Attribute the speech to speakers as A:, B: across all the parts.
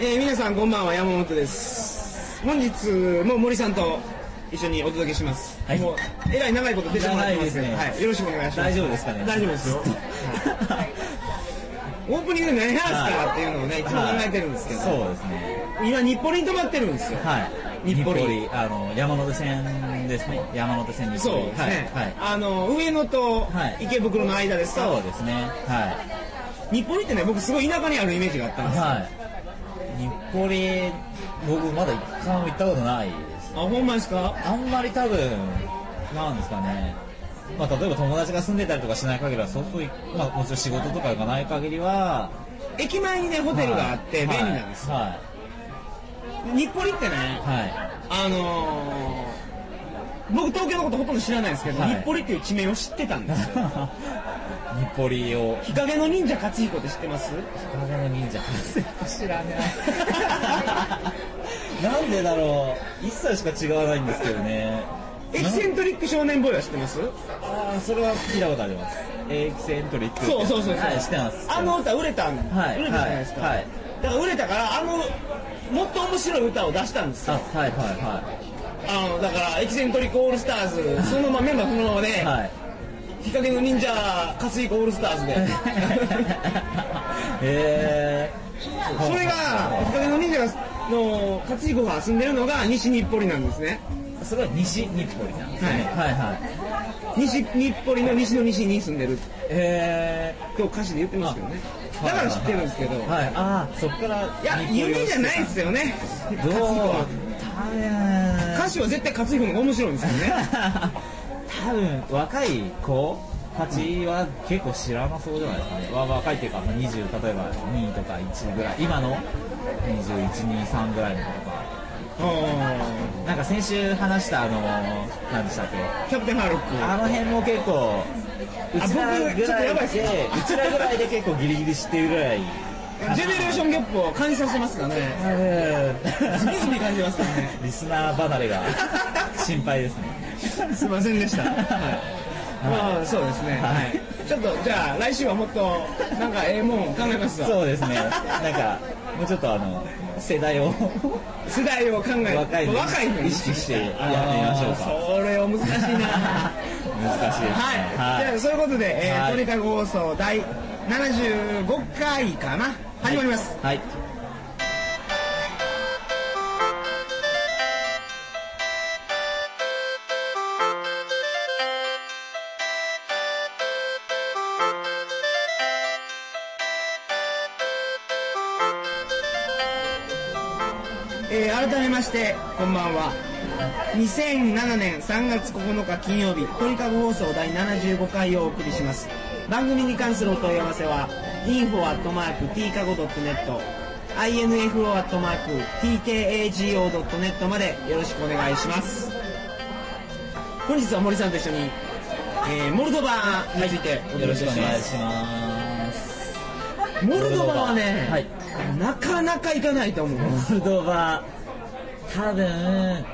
A: えー皆さんこんばんは山本です本日も森さんと一緒にお届けします、
B: はい
A: もうえらい長いこと出てもらってますけど
B: 長いですね
A: はい、よろしくお願いします
B: 大丈夫ですかね
A: 大丈夫ですよオープニングで何話すかっていうのをねいつも考えてるんですけど、
B: そうですね
A: 今日暮里に泊まってるんですよ
B: はい
A: 日暮里
B: 日暮里あの山手線ですね山手線日暮里
A: そうですね、
B: はい、はい
A: あの上野と
B: はい
A: 池袋の間ですか、
B: そうですねは
A: 日暮里ってね僕すごい田舎にあるイメージがあったん
B: い、
A: ですよ、
B: はい、日暮里僕まだ一回も行ったことないです
A: あほんまですか
B: あんまり多分なんですかねまあ例えば友達が住んでたりとかしない限りはそうそうい、まあ、もちろん仕事とかがない限りは
A: 駅前にねホ
B: ホ
A: テルがあって便利なんですよ、
B: は
A: 日暮里ってね
B: いはい、はい
A: あのー、僕東京のことほとんど知らないんですけど、
B: はい
A: 日暮里っていう地名を知ってたんですよ
B: 日暮里を
A: 日陰の忍者勝彦って知ってます
B: 体の忍者知らないなんでだろう一切しか違わないんですけどね
A: エキセントリック少年ボーイは知ってます
B: ああそれは聞いたことありますエキセントリック
A: そうそうそうそう、
B: はい知ってます
A: あの歌売れたん、
B: はい
A: 売れたじゃないですか、
B: はいはい
A: だから売れたからあのもっと面白い歌を出したんです
B: あ
A: よ
B: はいはいは
A: あのだからエキセントリックオールスターズそのままメンバーそのままで、
B: いはい
A: 日陰の忍者勝彦オールスターズで
B: えー、
A: それが日陰の忍者がの勝彦が住んでるのが西日暮里なんですね
B: それは西日暮里なんですねはいはい
A: 西日暮里の西の西に住んでる
B: え
A: 今日歌詞で言ってますけどね
B: ー、
A: だから知ってるんですけど、
B: はいああそっから
A: いや夢じゃないですよね
B: どう
A: 勝彦は
B: 多分
A: 歌詞は絶対勝彦の方が面白いんですよね
B: 多分若い子たちは結構知らなそうじゃないですかね、わ若いっていうか、まあ、20例えば2とか1ぐらい今の2123ぐらいの子とか
A: うん
B: なんか先週話したあのー何でしたっけ
A: キャプテンハーロック
B: あの辺も結構うちら
A: 僕ち
B: ぐ
A: ょっと
B: ら
A: やばい
B: い
A: っすよ
B: でうちらぐらいで結構ギリギリ知ってるぐらい
A: ジェネレーションギャップを感じさせてますからねズビズビ感じますからね
B: リスナー離れが心配 です ね
A: すいませんでしたはい
B: はい
A: まあそうですね
B: はい
A: はいちょっとじゃあ来週はもっとなんかええもん考えますわ
B: そうですね。なんか、もうちょっとあの、世代を
A: 世代を考えて
B: 若いの
A: 若いのに
B: 意識してやってみましょうか。
A: それは難しいな
B: 難しいですね。
A: はい、じゃあそういうことで、えー
B: はい
A: トリカゴ放送第75回かな始まります、
B: はい。
A: えー改めましてこんばんは2007年3月9日金曜日トリカゴ放送第75回をお送りします番組に関するお問い合わせは info.tkago.net info.tkago.net までよろしくお願いします本日は森さんと一緒に、えーモルドバについてお
B: よろ
A: 届
B: し
A: け
B: くお
A: しま
B: 願い
A: す
B: します。
A: モルドバはね、
B: はい
A: なかなか行かないと思う。
B: モルドバ、多分、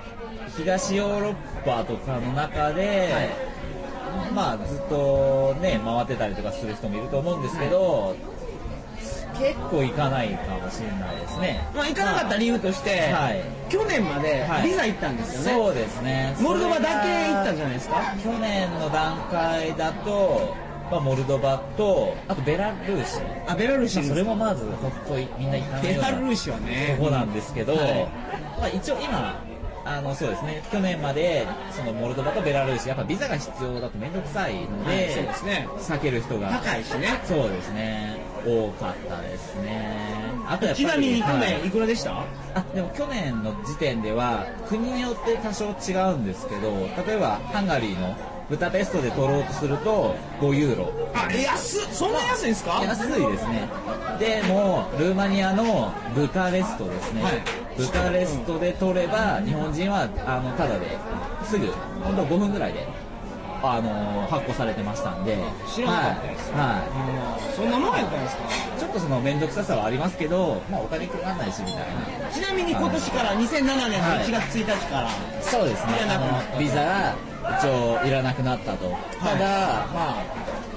B: 東ヨーロッパとかの中で、まあずっとね、回ってたりとかする人もいると思うんですけど、結構行かないかもしれないですね。
A: まあ行かなかった理由として、
B: はい
A: 去年まで
B: はい
A: ビザ行ったんですよね。
B: そうですね
A: モルドバだけ行ったんじゃないですか
B: それが去年の段階だと、まあ、モルドバとあとベラルーシ、
A: あ、ベラルーシ
B: まあ
A: に
B: それもまずほっといみんな行かない
A: ベ
B: ような
A: ラルーシはね
B: と、こなんですけど、
A: はい
B: まあ、一応今あのそうですね去年までそのモルドバとベラルーシやっぱビザが必要だと面倒くさいので,、
A: はいそうですね
B: 避ける人が
A: 高いしね。
B: そうですね多かったですねあとやっぱり
A: ちなみに去
B: はい
A: 年いくらでした、
B: あでも去年の時点では国によって多少違うんですけど例えばハンガリーのブダペストで取ろうとすると5ユーロ
A: あ、安っそんな安いんですか
B: 安いですねでもルーマニアのブカレストですね、
A: はい
B: ブカレストで取れば日本人はあのただですぐ本当5分ぐらいであの発行されてましたんで
A: 知らなかったです
B: はいはい
A: うんそんなもんやったんですか
B: ちょっとその面倒くささはありますけど、まあ、お金かかんないしみたいな
A: ちなみに今年から2007年の1月1日から、
B: そうですね
A: いらなくなった
B: あのビザが一応いらなくなったと、ただ、まあ、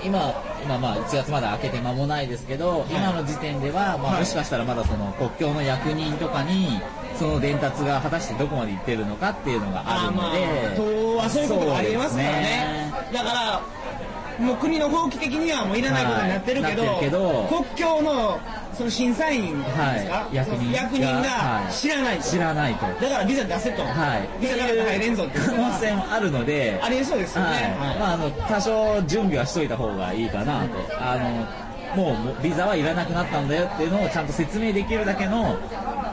B: 今まあまあ1月まだ開けて間もないですけど、今の時点では、ま
A: は
B: あ、
A: い
B: もしかしたらまだその国境の役人とかにその伝達が果たしてどこまで行ってるのかっていうのがあるので
A: とはそういうことがありえますからね
B: そうですね
A: だからもう国の法規的にはもういらないことになってるけど,、
B: はいなってるけど
A: 国境のその審査員ですか、
B: はい役人が
A: 役人が
B: はい
A: 知らないと、
B: 知らないと、
A: だからビザ出せと、
B: はい、
A: ビザなかったら入れんぞっていう
B: 可
A: のは
B: 能性もあるので
A: ありえそうですよね、
B: はい
A: は
B: まあ、あの多少準備はしといた方がいいかなと、あのもうもうビザはいらなくなったんだよっていうのをちゃんと説明できるだけの、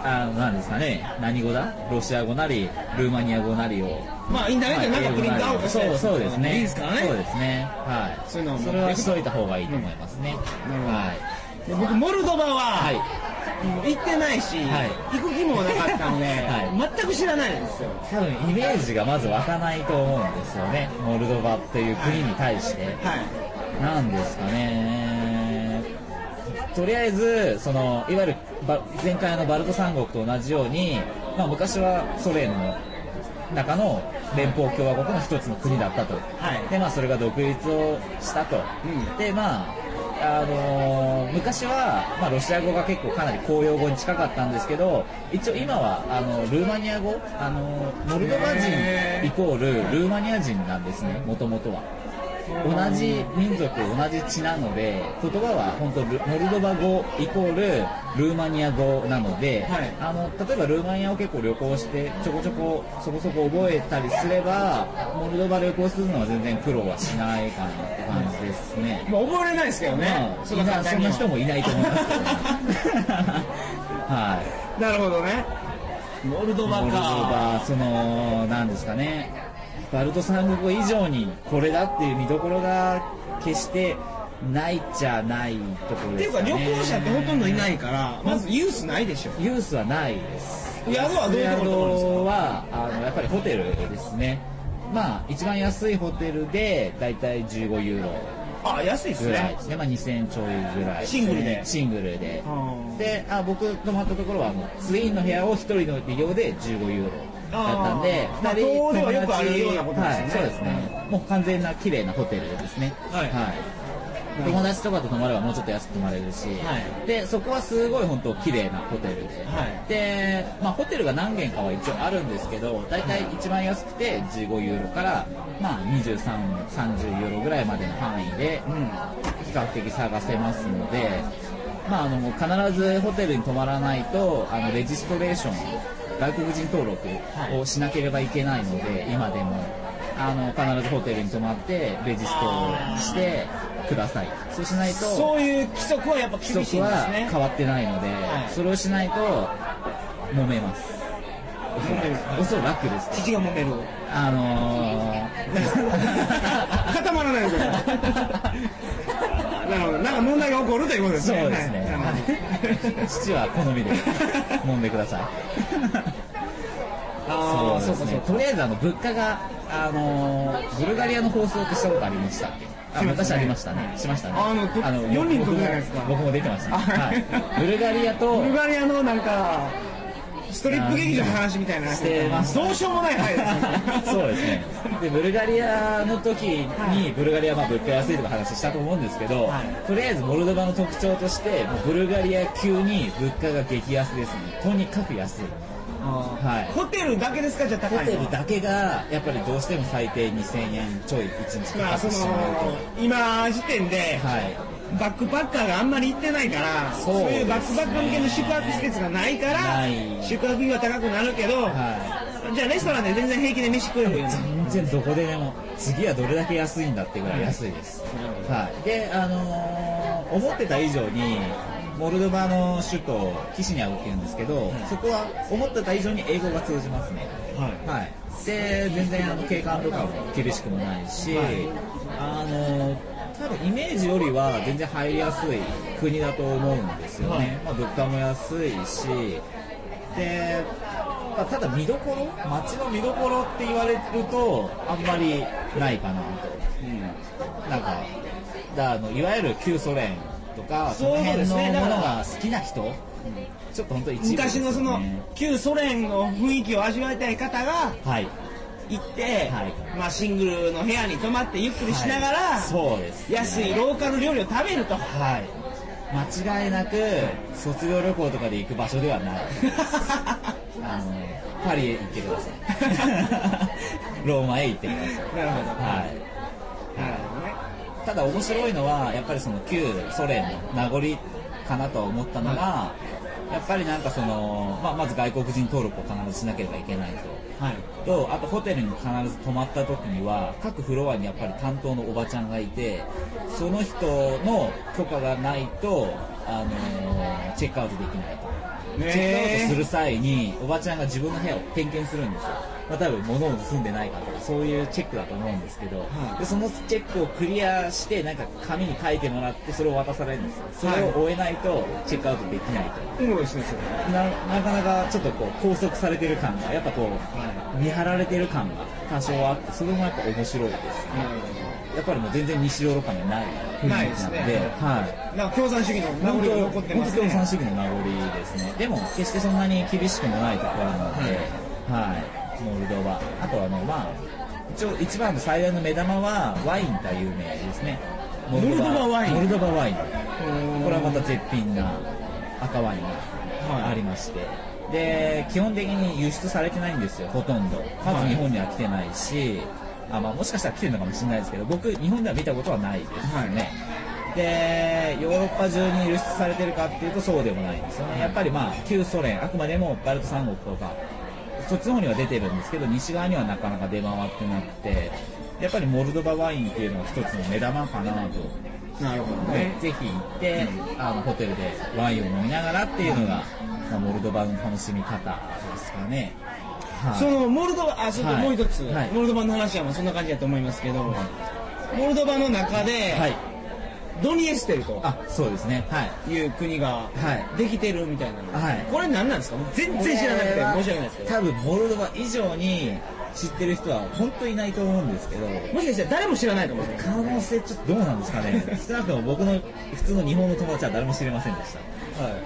B: あのなんですかね、何語だ、ロシア語なり、ルーマニア語なりを。
A: いまあインターネットでなんかプリントアウトした
B: そう
A: り
B: そうですね。
A: いいですから
B: そうで
A: ね
B: すね。はい。
A: そういうのを持って
B: それはしといた方がいいと思いますね。
A: うんなるほど
B: はい。
A: で僕モルドバは、
B: はい。
A: もう行ってないし、
B: は
A: 行く気もなかったので、
B: は
A: 全く知らないんですよ
B: 多分イメージがまず湧かないと思うんですよね。モルドバっていう国に対して。
A: はい
B: なんですかねとりあえずそのいわゆるバ前回のバルト三国と同じように、まあ、昔はソ連の中の連邦共和国の一つの国だったと、
A: はい
B: でまあ、それが独立をしたと、
A: うん
B: でまああのー昔は、まあ、ロシア語が結構かなり公用語に近かったんですけど一応今はあのルーマニア語、あのーモルドバ人
A: へー
B: イコールルーマニア人なんですねもともとは。同じ民族同じ地なので言葉は本当ルモルドバ語イコールルーマニア語なので、
A: はい
B: あの例えばルーマニアを結構旅行してちょこちょこそこそこ覚えたりすればモルドバ旅行するのは全然苦労はしないかなって感じですね、
A: もう覚えれないですけどね、
B: まあ、そ
A: そ
B: ん
A: んな
B: な
A: 簡
B: そ
A: 単
B: ん
A: に
B: な
A: は
B: 人もいないと思い ますけど、ね、はい
A: なるほどねモルドバか
B: モルドバそのなんですかねバルト三国以上にこれだっていう見どころが決してないじゃないとこ
A: っ
B: ろ
A: て
B: で
A: い
B: す
A: うか
B: か、ね、
A: 旅行者ってほとんどいないからまずユースないでしょ
B: ユースはないです
A: 宿はどういうところなんですか
B: 宿はあのやっぱりホテルですねまあ一番安いホテルでだいたい15ユーロ
A: あ安いです
B: ぐらい
A: ね
B: ですね、まあ、2000ちょいぐらいすね
A: シングルで
B: シングルで
A: あー
B: であ僕泊まったところはあのツインの部屋を一人の利用で15ユーロだったんで
A: あー
B: 二
A: まあ東欧ではよくあるようなことですよね
B: はい、そうですねもう完全な綺麗なホテルですね
A: はい
B: 友達とかと泊まればもうちょっと安く泊まれるし、
A: は
B: でそこはすごい本当綺麗なホテルで、
A: はい
B: で、まあ、ホテルが何軒かは一応あるんですけど大体一番安くて15ユーロから、まあ、2330ユーロぐらいまでの範囲で
A: うん
B: 比較的探せますので、まあ、あの必ずホテルに泊まらないとあのレジストレーション外国人登録をしなければいけないので、今でもあの必ずホテルに泊まってレジストをしてくださいそうしないと
A: そういう規則はやっぱ厳しいん
B: 規
A: です
B: 則は
A: ね
B: 変わってないので、
A: はい
B: それをしないと揉めます
A: 揉める
B: おそらくですね
A: 父が揉める
B: あのー、
A: 固まらないです よなるほどなんか問題が起こるということです
B: そう
A: ね
B: ですね、
A: はい
B: はい父は好みで揉んでください
A: ああ
B: そ
A: そううかそ
B: ですね
A: うか
B: とりあえずあの物価が、あのーブルガリアの放送ってしたことありましたっけあ
A: しましたね
B: 昔ありましたねしましたね
A: あのと四人と出た
B: 僕も
A: じゃないですか
B: 僕も出てましたね、
A: あ
B: はい、ブルガリアと
A: ブルガリアのなんかストリップ劇場の話みたいな
B: してます
A: どうしようもない範囲 ですね
B: そうですねでブルガリアの時にブルガリアはまあ物価安いとか話したと思うんですけど、
A: はい
B: とりあえずモルドバの特徴としてもうブルガリア級に物価が激安ですねとにかく安いはい
A: ホテルだけですかじゃあ
B: ホ
A: 高い
B: テ
A: のは
B: ルだけがやっぱりどうしても最低2000円ちょい1日か
A: ま
B: か
A: あ
B: っ
A: そ
B: て
A: の
B: しまうと。
A: 今時点で
B: はい、
A: バックパッカーがあんまり行ってないから
B: そ
A: そうう,、
B: ですね
A: いうバックパッカー向けの宿泊施設がないから
B: ない
A: 宿泊費は高くなるけど、
B: は
A: じゃあレストランで全然平気で飯食えるよね
B: 全然どこででも次はどれだけ安いんだってぐらい安いです、はい、で、あのー思ってた以上にモルドバの首都キシニャウっていうんですけど、そこは思ってた以上に英語が通じますねはい、で全然あの景観とかも厳しくもないし、
A: はい
B: あの多分イメージよりは全然入りやすい国だと思うんですよね、
A: はい
B: まあ、物価も安いしで、まあ、ただ見どころ街の見どころって言われるとあんまりないかなと、なんかだあのいわゆる旧ソ連とかそ
A: そう
B: の
A: です
B: 辺
A: ね
B: のもの
A: だから
B: が好きな人ちょっと本当一部ですよ
A: 昔
B: ね
A: のその旧ソ連の雰囲気を味わいたい方が
B: はい
A: 行って、
B: はい
A: まあ、シングルの部屋に泊まってゆっくりしながら、
B: はいそうですね
A: 安いローカル料理を食べると
B: はい間違いなく卒業旅行とかで行く場所ではないあのパリへ行ってくださいローマへ行ってください
A: なるほど
B: はい
A: なるほどね
B: ただ面白いのはやっぱりその旧ソ連の名残かなとは思ったのが、やっぱりなんかその、まあ、まず外国人登録を必ずしなければいけないと。
A: はい
B: とあとホテルに必ず泊まった時には各フロアにやっぱり担当のおばちゃんがいてその人の許可がないと、あのーチェックアウトできないと、チェックアウトする際におばちゃんが自分の部屋を点検するんですよ、まあ、多分物を盗んでないかとかそういうチェックだと思うんですけど、
A: はい
B: でそのチェックをクリアしてなんか紙に書いてもらってそれを渡されるんですよそれを終えないとチェックアウトできないと
A: おもろいですねそれ
B: ななかなかちょっとこう拘束されてる感がやっぱこう見張られてる感が多少はあってそれもやっぱ面白いです
A: なるほ
B: やっぱりもう全然西ヨーロッパにはない雰囲気
A: ない
B: な
A: です
B: の
A: ね
B: では
A: ど
B: い
A: なんか共産主義の名
B: 本
A: 残が
B: 当
A: 残ってま
B: 本
A: す
B: 当共産
A: ね
B: 主義の名残ですねでも決してそんなに厳しくもないところなので、はい、モルドバあとあのまあ一応一番の最大の目玉はワインが有名ですねモ
A: モルドバワイン
B: モルドバワイン
A: うん
B: これはまた絶品な赤ワイン
A: はい
B: がありまして、で基本的に輸出されてないんですよほとんどまず日本には来てないし、あまあ、もしかしたら来てるのかもしれないですけど僕日本では見たことはないですね、でヨーロッパ中に輸出されてるかっていうとそうでもないんですよねやっぱりまあ旧ソ連あくまでもバルト三国とかそっちの方には出てるんですけど西側にはなかなか出回ってなくてやっぱりモルドバワインっていうのが一つの目玉かなと
A: なるほど
B: ね
A: ね、
B: ぜひ行って、あのホテルでワインを飲みながらっていうのが、まあモルドバの楽しみ方ですかね。はい
A: そのモルドバあそれと
B: はい
A: もう一つ、
B: はい
A: モルドバの話はもうそんな感じだと思いますけど、モルドバの中で、
B: はい。
A: ドニエステルと
B: あ、そうですね。はい。
A: いう国が
B: はい
A: できてるみたいな、
B: はい
A: これ何なんですか全然知らなくて
B: これは
A: 申し訳ないですけど
B: 多分モルドバ以上に知ってる人は本当いないと思うんですけど、
A: もしかしたら誰も知らないかもしれない
B: 可能性ちょっとどうなんですかね。少なくとも僕の普通の日本の友達は誰も知れませんでし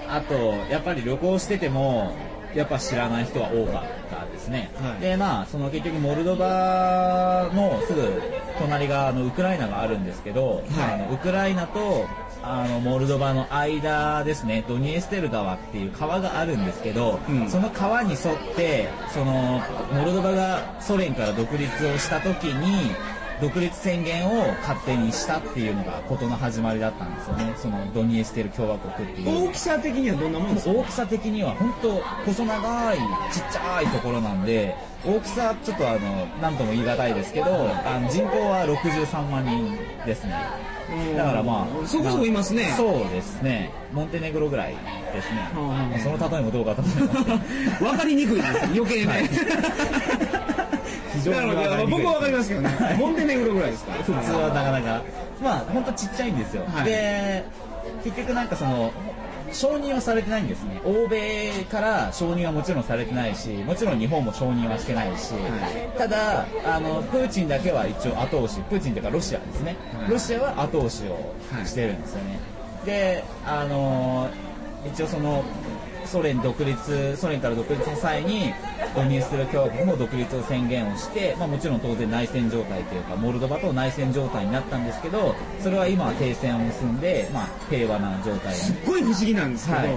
B: た。あとやっぱり旅行しててもやっぱ知らない人は多かったですね、
A: はい
B: でまあその結局モルドバのすぐ隣があのウクライナがあるんですけど、
A: はい
B: あのウクライナとあのモルドバの間ですねドニエステル川っていう川があるんですけど、
A: うん
B: その川に沿ってそのモルドバがソ連から独立をした時に独立宣言を勝手にしたっていうのが事の始まりだったんですよねそのドニエステル共和国っていう
A: 大きさ的にはどんなもんですか
B: 大きさ的には本当細長いちっちゃいところなんで大きさちょっとあの何とも言い難いですけどあの人口は63万人ですね
A: うん
B: だからまあ
A: そこそこいますね
B: そうですねモンテネグロぐらいですね
A: うんうんうん
B: その例えもどうかと思います けど
A: 分かりにくいです余計ね、
B: はい 非常にわ
A: な
B: か
A: るほ
B: りに
A: ど
B: くい
A: 僕は分かりますけどね
B: はい
A: モンテネグロぐらいですか
B: 普通はなかなかまあ本当ちっちゃいんですよ、
A: はい
B: で結局なんかその承認はされてないんですね欧米から承認はもちろんされてないしもちろん日本も承認はしてないし、
A: は
B: ただあのプーチンだけは一応後押しプーチンというかロシアですね、
A: はい
B: ロシアは後押しをしてるんですよね、であの一応そのソ連独立ソ連から独立の際にドニエストル共和国も独立を宣言をして、まあ、もちろん当然内戦状態というかモルドバと内戦状態になったんですけどそれは今は停戦を結んで、まあ、平和な状態
A: すっごい不思議なんですけど、
B: はい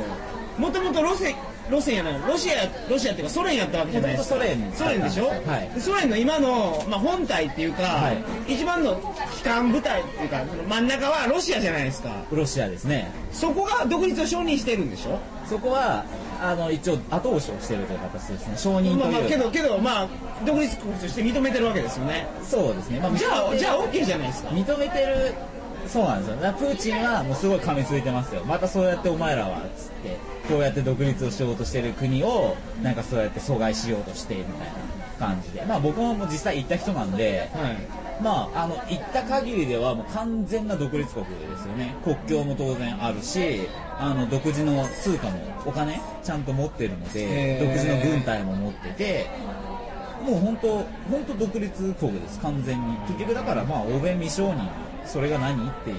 A: もともとロシアロシアやないロシアロシアっていうかソ連やったわけじゃないですか
B: もともとソ
A: ソ連で
B: 連だったんです
A: し
B: よ
A: ょ、
B: はい
A: でソ連の今の、まあ、本体っていうか、
B: はい
A: 一番の機関部隊っていうかその真ん中はロシアじゃないですか
B: ロシアですね
A: そこが独立を承認してるんでしょ
B: そこはあの一応後押しをしてるという形ですね承認という
A: まあまあ
B: より
A: けどけどまあ独立国として認めてるわけですよね
B: そうですね、ま
A: じゃ
B: 認め
A: あ
B: て
A: じゃあ OK じゃないですか
B: 認めてるそうなんですよだからプーチンはもうすごい噛みついてますよまたそうやってお前らはっつってこうやって独立をしようとしてる国をなんかそうやって阻害しようとしてみたいな感じでまあ僕ももう実際行った人なんで
A: はい
B: まああの行った限りではもう完全な独立国ですよね国境も当然あるしあの独自の通貨もお金ちゃんと持ってるの
A: へー
B: で独自の軍隊も持っててもう本当本当独立国です完全に結局だからまあ欧米未承認それが何っていう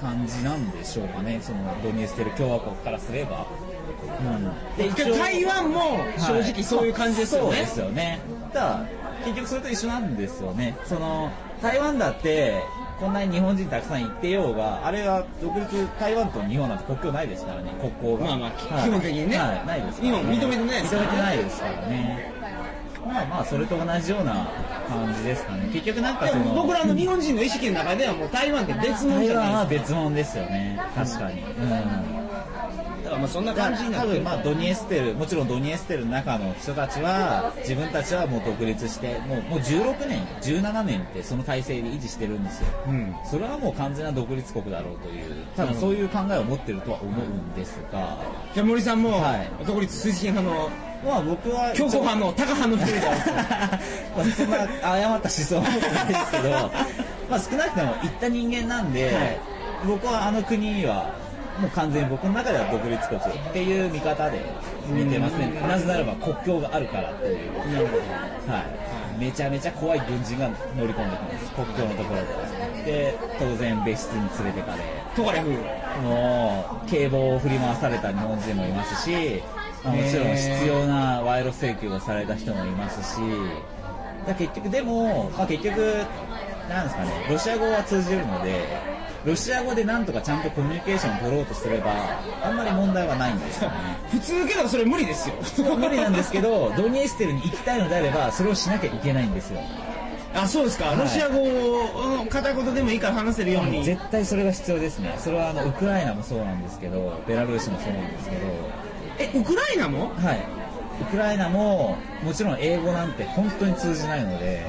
B: 感じなんでしょうかねそのドニエステル共和国からすれば、うん、
A: けど台湾も正
B: は
A: 直そういう感じですよね、
B: そうですよねただ結局それと一緒なんですよねその台湾だってこんなに日本人たくさん行ってようがあれは独立台湾と日本なんて国境ないですからね国交が
A: まあまあ
B: はい
A: 基本的にね
B: はいないですからね
A: 日本認めてないですか
B: 認
A: ら
B: めてないですからねまあまあそれと同じような感じですかね結局なんか
A: で
B: その
A: も僕らの日本人の意識の中ではもう台湾って別物
B: 台
A: じゃ
B: 湾
A: ない
B: は
A: で
B: 別物ですよね確かにうん
A: すかだからまあそんな感じになっ
B: 多
A: て
B: 分
A: る
B: まあドニエステルもちろんドニエステルの中の人たちは自分たちはもう独立してもうもう16年17年ってその体制で維持してるんですよ
A: うん
B: それはもう完全な独立国だろうという多分そういう考えを持ってるとは思うんですが、
A: じゃあ森さんも
B: はい
A: 独立推進派の
B: まあ僕は
A: 強硬派のタカ派の一人だろうと
B: まあそんな誤った思想は持ってないです けど、まあ、少なくとも行った人間なんで、
A: はい
B: 僕はあの国はもう完全に僕の中では独立国っていう見方で見てますね
A: うん
B: なぜならば国境があるからっていう、
A: なるほど
B: はい、めちゃめちゃ怖い軍人が乗り込んできます国境のところでで当然別室に連れてかれ
A: トカレフ
B: もう警棒を振り回された日本人もいますし、まあもちろん必要な賄賂請求をされた人もいますし、だ結局、でも、まあ、結局、なんですかね、ロシア語は通じるので、ロシア語でなんとかちゃんとコミュニケーションを取ろうとすれば、あんまり問題はないんですよね。
A: 普通けどそれ無理ですよ
B: 無理なんですけど、ドニエステルに行きたいのであれば、それをしなきゃいけないんですよ。
A: あそうですか、
B: い
A: ロシア語をうん片言でもいいから話せるように
B: 絶対それが必要ですね。それはあの、ウクライナもそうなんですけど、ベラルーシもそうなんですけど、
A: えウクライナも
B: はい、ウクライナももちろん英語なんて本当に通じないので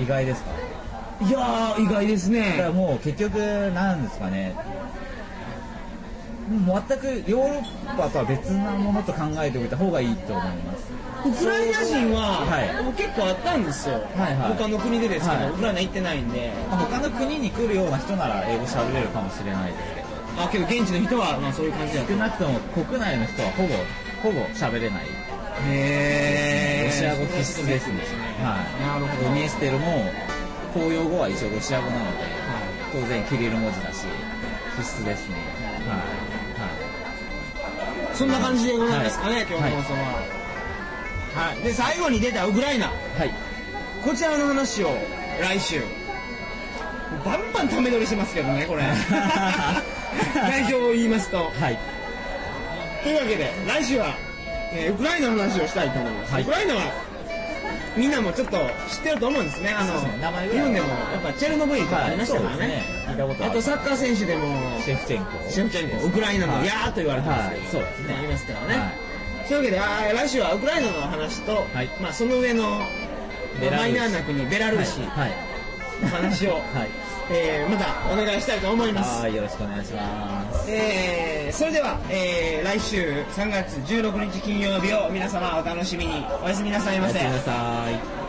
B: 意外ですか
A: いやー意外です
B: だか
A: ね
B: らもう結局なんですかねもう全くヨーロッパとは別なものと考えておいた方がいいと思います
A: ウクライナ人は、
B: は
A: 結構あったんですよ、
B: はいはい
A: 他の国でですけど、
B: はい
A: ウクライナ行ってないんで
B: 他の国に来るような人なら英語喋れるかもしれないですけど
A: あけど現地の人は、まあ、そういう感じだった
B: 少
A: へ
B: なくとも国内の人はほぼほぼ喋れない
A: え
B: ロシア語必須ですね、はい、
A: なるほど
B: ドニエステルも公用語は一応ロシア語なので、当然キリル文字だし必須ですねはい、
A: そんな感じでございますかね、
B: はい
A: 今日の放送は、はいで最後に出たウクライナ
B: はい
A: こちらの話を来週バンバンため撮りしますけど ねこれ代表を言いますと
B: はい、
A: というわけで来週は、えーウクライナの話をしたいと思います、
B: はい
A: ウクライナはみんなもちょっと知ってると思うんですねあの
B: そうですね名前ぐ
A: 日
B: らいは
A: 本でもやっぱチェルノブイリとかありましたからね,、
B: そうですね聞いたことあ
A: あ
B: る
A: とサッカー選手でも
B: シェフチェンコ
A: シェフチェンコウクライナの
B: はい
A: ヤーと言われてますけど、
B: はいそうですね
A: ありますからね、
B: はい
A: そういうわけであー来週はウクライナの話と、
B: はい
A: まあ、その上の
B: ベラルーシ
A: マイナーな国ベラルーシ
B: はい、はい
A: の話を、
B: はい
A: えーまたお願いしたいと思います
B: はいよろしくお願いします
A: えーそれでは、えー来週3月16日金曜日を皆様お楽しみにおやすみなさい
B: お
A: ま
B: やす
A: せ
B: みなさい